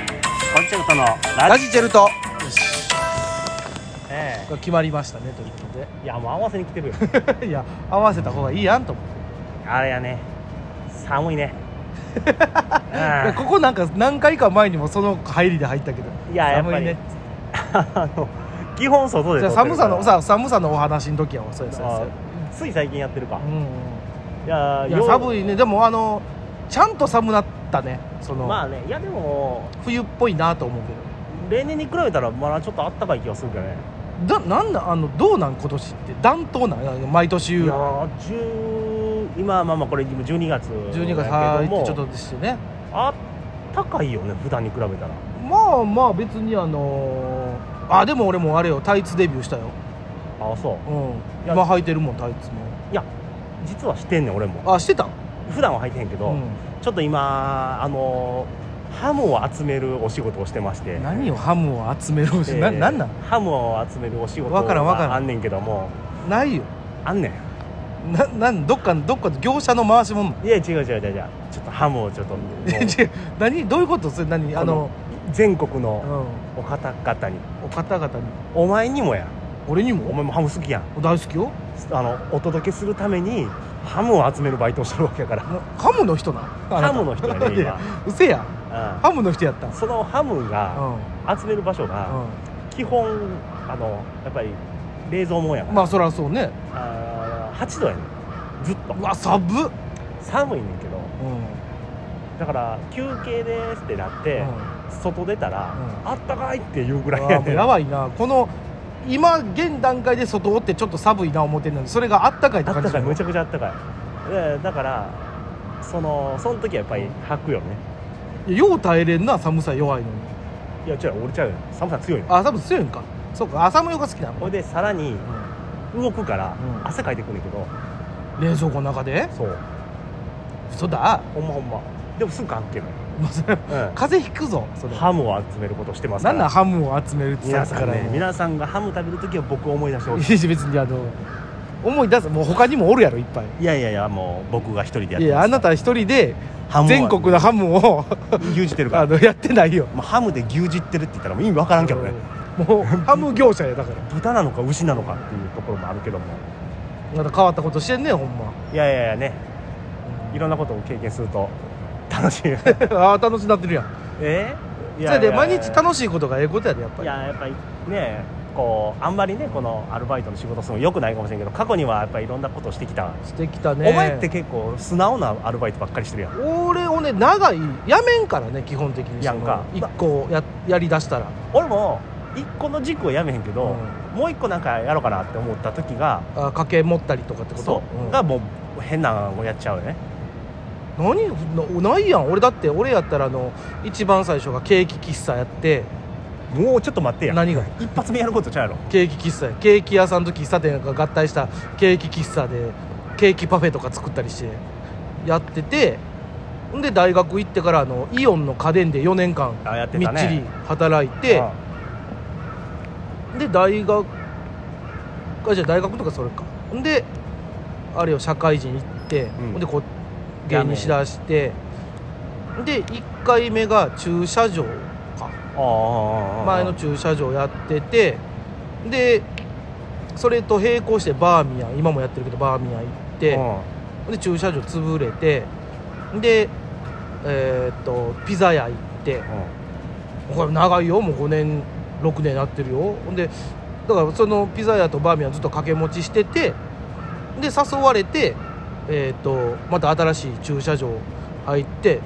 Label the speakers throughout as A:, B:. A: ジチェルトのラ
B: ラ
A: ジ
B: ジチェルト
C: よし
A: え
C: 決まりましたねということで
A: えいやもう合わせに来て るよ
C: いや合わせた方がいいやんと思って
A: あれやね寒 いねあ
C: ここなんか何回か前にもその入りで入ったけど
A: いややっぱり
C: ね
A: あの基本外で
C: じゃ
A: 撮
C: あ
A: ってる
C: 寒
A: か
C: さ
A: ら
C: のさ寒さのお話の時はそうやそうや
A: あ
C: そうや
A: つい最近やってるか
C: うん
A: いや
C: うんいや
A: よう
C: 寒いねでもあのちゃんと寒なったねその、
A: まあねいやでも
C: 冬っぽいなと思う
A: 例年に比べたらまだちょっとあったかい気がするけどね
C: けどだなんだあのどうなん今年って暖冬なんなんか毎年
A: い
C: 言
A: や
C: う
A: ー10今まあまあこれ今12月
C: 12月
A: だ
C: 入
A: け
C: っ
A: ども
C: てちょっとですしね
A: あったかいよね普段に比べたら
C: まあまあ別にあのーあでも俺もあれよタイツデビューしたよ、
A: ああそう
C: うん、
A: いや
C: 今履いてるもんタイツ
A: いや実はしてんねん俺も
C: もあしてた
A: 普段は履いてへんけど、
C: う
A: ちょっと今あのハムを集めるお仕事をしてまして
C: ん、何をハムを集めるんです、ななんなん
A: ハムを集めるお仕事
C: わからんわからん
A: があんねんけども
C: ないよ
A: あんねん
C: ななんどっかどっか業者の回しもん
A: いや違う違う違う違うちょっとハムをちょっ ともう
C: 違う何どういうことそれ何あの、
A: 全国
C: う
A: の
C: ん、
A: お方々に
C: お方々に
A: お前にもや
C: 俺に
A: お
C: も
A: 前もハム好きやん
C: 大好きよ
A: あのお届けするためにハムを集めるバイトをしてるわけやから
C: なハムの人なん
A: ハムの人やね
C: いやうせや
A: 今、
C: ハムの人やった
A: うんん、そのハムが
C: う
A: 集める場所が
C: ん、
A: 基本あのやっぱり冷蔵もんや
C: う
A: か
C: ん、
A: ら、
C: まあそらそうね
A: あー8度やねんずっと
C: うわ寒っ、
A: 寒いねんけど
C: うん
A: だから休憩ですってなって、外出たら、
C: うん
A: あったかいっていうぐらい
C: あ
A: や
C: あも
A: ね
C: うんやばいなこの今現段階で外おってちょっと寒いな思ってんのにそれがあったかいって
A: あっ
C: 感
A: た
C: じ
A: かいめち
C: ゃ
A: ゃくちゃあったかいでだからそのその時はやっぱり吐くよね
C: よう耐えれんな寒さ弱いのに
A: いや違う俺ちゃうよ寒さ強いの
C: あ多分強いんかそうか朝模様が好きなの
A: ほいでさらに動くから
C: うん
A: 汗かいてくんねんけど、
C: 冷蔵庫の中で
A: そう
C: 嘘だ、
A: ほんまほんまでもすぐ乾くけど、
C: まあそれ
A: う
C: 風邪ひくぞそ
A: ん、
C: れ
A: ハムを集めることをしてますか
C: な
A: ら
C: んなんハムを集めるってさ
A: 皆
C: っき
A: さ
C: か
A: ん
C: ら
A: ね
C: もう
A: 皆さんがハム食べるときは僕を思い出してほしい
C: いや別にあの思い出すもう他にもおるやろいっぱい
A: いやいやいやもう僕が一人でやっ
C: い
A: てます
C: やあなた一人で
A: ハムは
C: 全国のハ ムを
A: 牛耳ってるか
C: あ
A: ら
C: のやってないよ
A: まあ、ハムで牛耳ってるって言ったらもう意味わからんけどね
C: もうハム業者やだから
A: 豚なのか牛なのかっていうところもあるけども
C: また変わったことしてんねほんま
A: いやいやいやねいろんなことを経験すると楽 しい
C: ああ楽しなってるやん
A: えい
C: それで毎日
A: し
C: 楽しいことがええことやでやっぱ
A: い
C: り
A: ややっぱりねこうあんまりねこのアルバイトの仕事するのよくないかもしれんけど過去にはやっぱりいろんなことをしてきた、
C: してきたね
A: お前って結構素直なアルバイトばっかりしてるやん
C: 俺をね長いやめんからね基本的に
A: やんか
C: その一個ややりだしたら
A: 俺も一個の軸をやめへんけど、
C: う
A: もう一個なんかやろうかなって思った時が
C: あ掛け持ったりとかってこと
A: そう、
C: ん
A: がもう変なのをやっちゃうよね
C: 何なないやん俺だって俺やったらあの一番最初がケーキ喫茶やって
A: もうちょっと待ってや
C: 何が
A: 一発目やることちゃうやろ
C: ケーキ喫茶やケーキ屋さんと喫茶店が合体したケーキ喫茶でケーキパフェとか作ったりしてやっててんで大学行ってからあのイオンの家電で4年間
A: あやって
C: み
A: た
C: っ
A: ね
C: ちり働いて、で大学あじゃあ大学とかそれかんであれよ社会人行って、
A: ん
C: ほんでこう芸人しだしてで1回目が駐車場か
A: ああ
C: 前の駐車場やっててでそれと並行してバーミヤン今もやってるけどバーミヤン行ってで駐車場潰れてでえーっとピザ屋行ってこれ長いよもう5年6年やってるよほんでだからそのピザ屋とバーミヤンずっと掛け持ちしててで誘われてえーっとまた新しい駐車場入って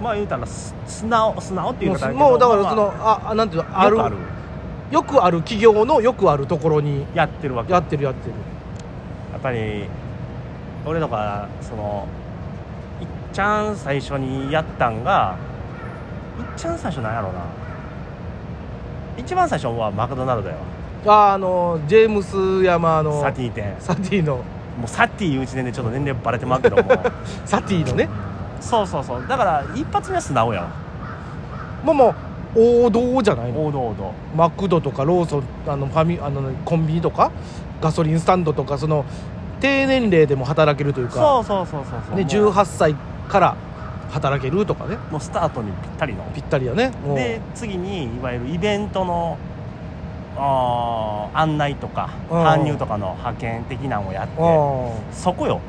A: まあ言うたらす素直素直っていう
C: も
A: か
C: うもうだからその、ああなんていうのある
A: ある
C: よくある企業のよくあるところに
A: やってるわけ
C: や
A: や
C: ってるやってる
A: っぱり俺とかそのいっちゃん最初にやったんがいっちゃん最初なんやろうな一番最初はマクドナルドや
C: あーあのジェームス山の
A: わサティ店
C: サティの
A: もうサティいう時点でちょっと年齢バレてまうけども
C: サティのね
A: そうそうそうだから一発目は素直やわ
C: もうもう王道じゃないの
A: 王道王道
C: マクドとかローソンあのファミあのコンビニとかガソリンスタンドとかその低年齢でも働けるというか
A: そうそうそうそうそう
C: で
A: もう
C: 18歳から働けるとかね
A: もうスタートにぴったりの
C: ぴったりやねもう
A: で次にいわゆるイベントのあー案内とか
C: うん
A: 搬入とかの派遣的なのをやって
C: あ
A: そこよ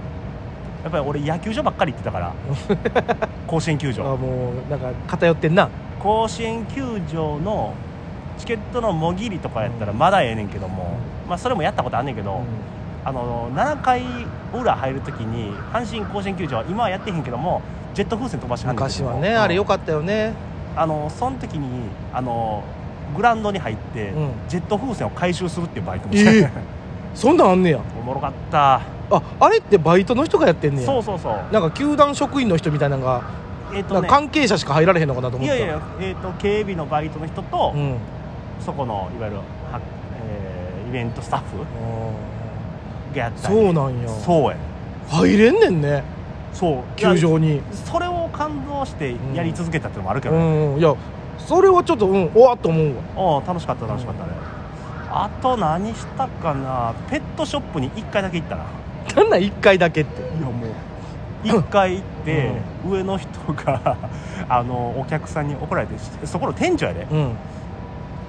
A: やっぱり俺野球場ばっかり行ってたから 甲子園球
C: ーあ
A: 場
C: もうなんか偏ってんな
A: 甲子園球場のチケットのもぎりとかやったら
C: うん
A: まだええねんけども、まあ、それもやったことあんねんけど、
C: う
A: あの7回裏入るときに阪神甲子園球場は今はやってへんけどもジェット風船飛ばし
C: ん
A: はんねんけ
C: 昔
A: ども
C: はねあれ良
A: っ
C: かったよね
A: たあのその時にあのグラウンドに入って、
C: うん
A: ジェット風船を回収するっていうバイトもして、
C: え えそんなんあんねや
A: おもろかった、
C: ああれってバイトの人がやってんねや
A: そうそうそう
C: なんか球団職員の人みたいなのが、
A: えっ、
C: な
A: と
C: ん
A: ね
C: か関係者しか入られへんのかなと思
A: い
C: った
A: やいやいや、えっと警備のバイトの人と、
C: うん
A: そこのいわゆるは、えーイベントスタッフがやったり
C: そうなんや
A: そうや
C: 入れんねんね
A: そう
C: 球
A: い
C: 場に
A: やそれを感動してやり続けたっていうのもあるけ
C: う
A: ど、ね
C: んいやそれはちょっとうんおわっと思うわ
A: おう楽しかった楽しかったね、あと何したかなペットショップに1回だけ行ったな
C: なんなん1回だけって
A: いやもう1回行って、上の人が あのお客さんに怒られてそこの店長やで
C: うんうん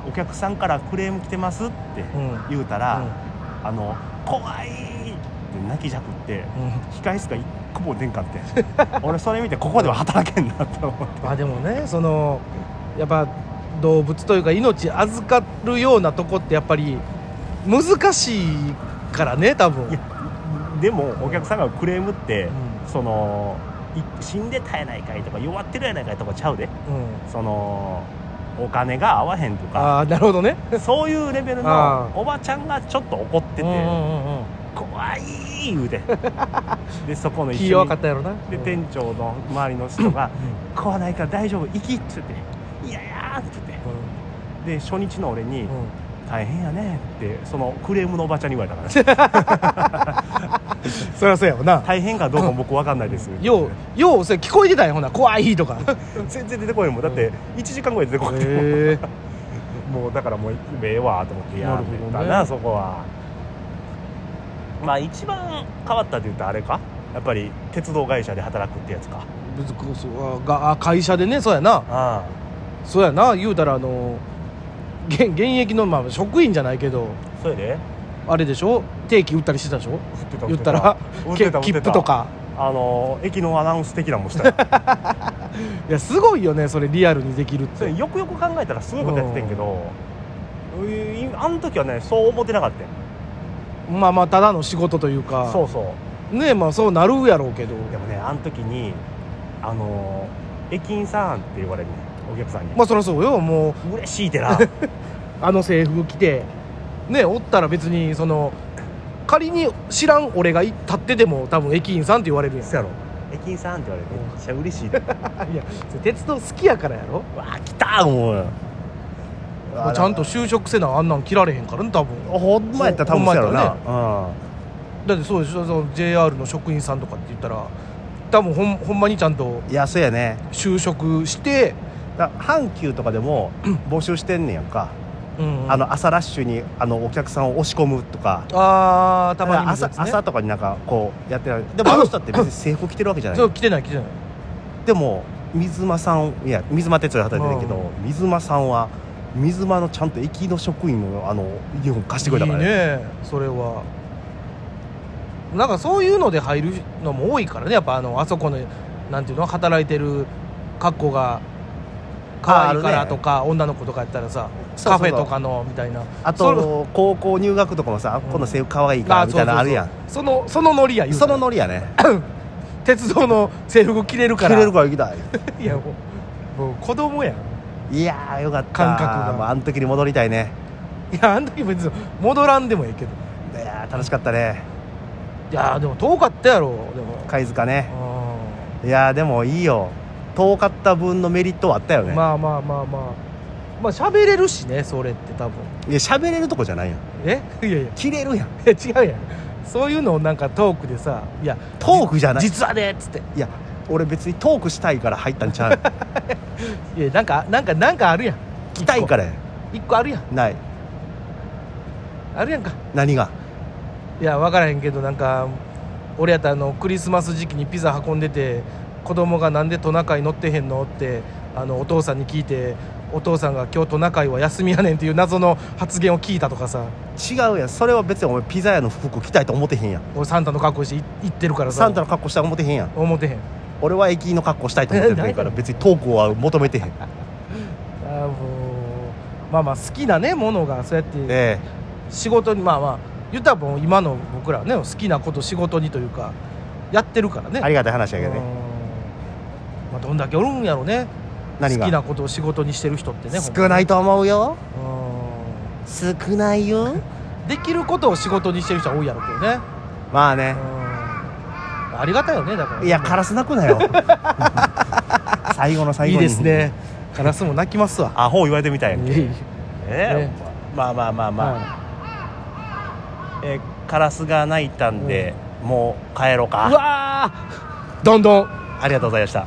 A: お客さんからクレーム来てますって
C: うん
A: 言うたら、あの怖いって泣きじゃくって控え室が一個も出んかって俺それ見てここでは働けんなと思って
C: まあでもねそのやっぱ動物というか命預かるようなとこってやっぱり難しいからね多分
A: いやでもお客さんがクレームって、
C: う
A: そのい死んでたやないかいとか弱ってるやないかいとかちゃうで
C: んうん
A: そのお金が合わへんとか
C: ああなるほどね
A: そういうレベル
C: あ
A: のおばちゃんがちょっと怒ってて
C: うんうんうんうん
A: 怖い言う てでそこの
C: 気
A: 一緒
C: 弱
A: に
C: かったやろな
A: で
C: うん
A: 店長の周りの人 が
C: う
A: 「怖ないから大丈夫行き」っつって「いやいや」っつってで初日の俺に「
C: んうん
A: 大変やねってそのクレームのおばちゃんに言われたから、ね、
C: そりゃそうやわな
A: 大変かどうか僕分かんないです
C: ようようそれ聞こえてたんやほな怖いとか
A: 全然出てこいもんだって1時間ぐらい出てこい
C: へえ
A: もうだからもうええわと思ってやめた
C: なるほ
A: な
C: どね
A: そこはまあ一番変わったって言ったらあれかやっぱり鉄道会社で働くってやつか
C: 別にそうあがあ会社でねそうやな
A: あ
C: そうやな言うたらあの現現役の、まあ、職員じゃないけど
A: あそれで
C: あれでしょ定期打ったりしてたでしょ
A: 振ってた
C: 言ったら
A: 振って
C: け
A: た
C: 切符とか
A: あの駅のアナウンス的なもん したよ
C: いやすごいよねそれリアルにできるっ
A: それ
C: て
A: よくよく考えたらすごいことやってんけどうんあの時はねそう思ってなかったよ
C: まあまあただの仕事というか
A: そうそう
C: ねまあそうなるやろうけど
A: でもねあの時に「あのー駅員さん」って言われるねお客さんに、
C: まあそりゃそうよもう
A: 嬉しいてな
C: あの制服着てねおったら別にその仮に知らん俺が立ってても多分駅員さんって言われるやん
A: そやろ駅員さんって言われてめっちゃ嬉しい で
C: いやそれ鉄道好きやからやろ
A: わあ来た思うよ
C: もうちゃんと就職せなあんなん切られへんからね多分
A: ほんまやったら多分そうやろな、
C: ほ
A: うん
C: だってそうでしょその JR の職員さんとかって言ったら多分ほんほんまにちゃんと
A: いやそうやね
C: 就職して、
A: だ阪急とかでも募集してんねやんか、
C: うんうん
A: あの朝ラッシュにあのお客さんを押し込むとか
C: あーたまに見るやつ
A: 朝
C: ね
A: 朝とかになんかこうやってるでも あの人って別に制服着てるわけじゃない
C: そう来てない来てない
A: でも水間さんいや水間哲也で働いてるけど、水間さんは水間のちゃんと駅の職員のあのユニフォーム貸してくれたからね
C: いいねそれはなんかそういうので入るのも多いからねやっぱあのあそこのなんていうの働いてる格好が可愛いか
A: ああ
C: ら
A: るね
C: とか、女の子とかやったらさ
A: そうそ
C: カ
A: うそ
C: フ
A: う
C: ェとかのみたいな
A: あと高校入学とかもさ、
C: うん
A: この制服可愛いからみたいなのあるやん
C: そのそのノリや
A: そ
C: 言う
A: のノ
C: リ
A: リやね
C: 鉄道の制服着れる
A: 着
C: から
A: れるから行きたい
C: いやもうもう子供やん
A: いやーよかった
C: 感覚が
A: もうあの時に戻りたいね
C: いやあの時別に戻らんでもええけど
A: いやー楽しかったね
C: いやでも遠かったやろでも
A: 貝塚ね
C: うん
A: いやーでもいいよ遠かった分のメリットはあったよね、
C: まあまあまあまあまあ喋れるしねそれって多分
A: いや喋れるとこじゃないよ
C: え いやいや
A: 着れるやん
C: いや違うやんそういうのをなんかトークでさ「いや
A: トークじゃない
C: 実はね」っつって
A: いや俺別にトークしたいから入ったんちゃ う
C: 「いやなんかなんかなんかあるやん
A: 着たいからや
C: 一個あるやん
A: ない
C: あるやんか
A: 何が
C: いや分からへんけどなんか俺やったらあのクリスマス時期にピザ運んでて子供がなんでトナカイ乗ってへんのってあのお父さんに聞いてお父さんが今日トナカイは休みやねんっていう謎の発言を聞いたとかさ
A: 違うやんそれは別にお前ピザ屋の服着たいと思ってへんやん
C: 俺サンタの格好してい行ってるからさ
A: サンタの格好したい思ってへんやん
C: 思ってへん
A: 俺は駅員の格好したいと思ってる から別にトークは求めてへん
C: あーもうまあまあ好きなねものがそうやって
A: え
C: 仕事にまあまあ言ったらもう今の僕らはね好きなこと仕事にというかやってるからね
A: えありがたい話やけど
C: うん
A: ね
C: まあ、どんだけおるんやろね
A: 何
C: 好き
A: が
C: なことを仕事にしてる人ってね
A: 少ないいと思うよ
C: う
A: 少ないよ
C: んできることを仕事にしてる人は多いやろうけどね
A: まあね
C: うんありがたいよねだから
A: いやカラス泣く なよ最後の最
C: い
A: 後
C: い
A: に
C: ですねカラスも泣きますわ
A: アホ言われてみ たいやんけ
C: いい
A: え
C: ね
A: えまあまあまあまあ、
C: は
A: えーカラスが鳴いたんで、もう帰ろう
C: いう
A: か
C: わーどんどん
A: ありがとうございました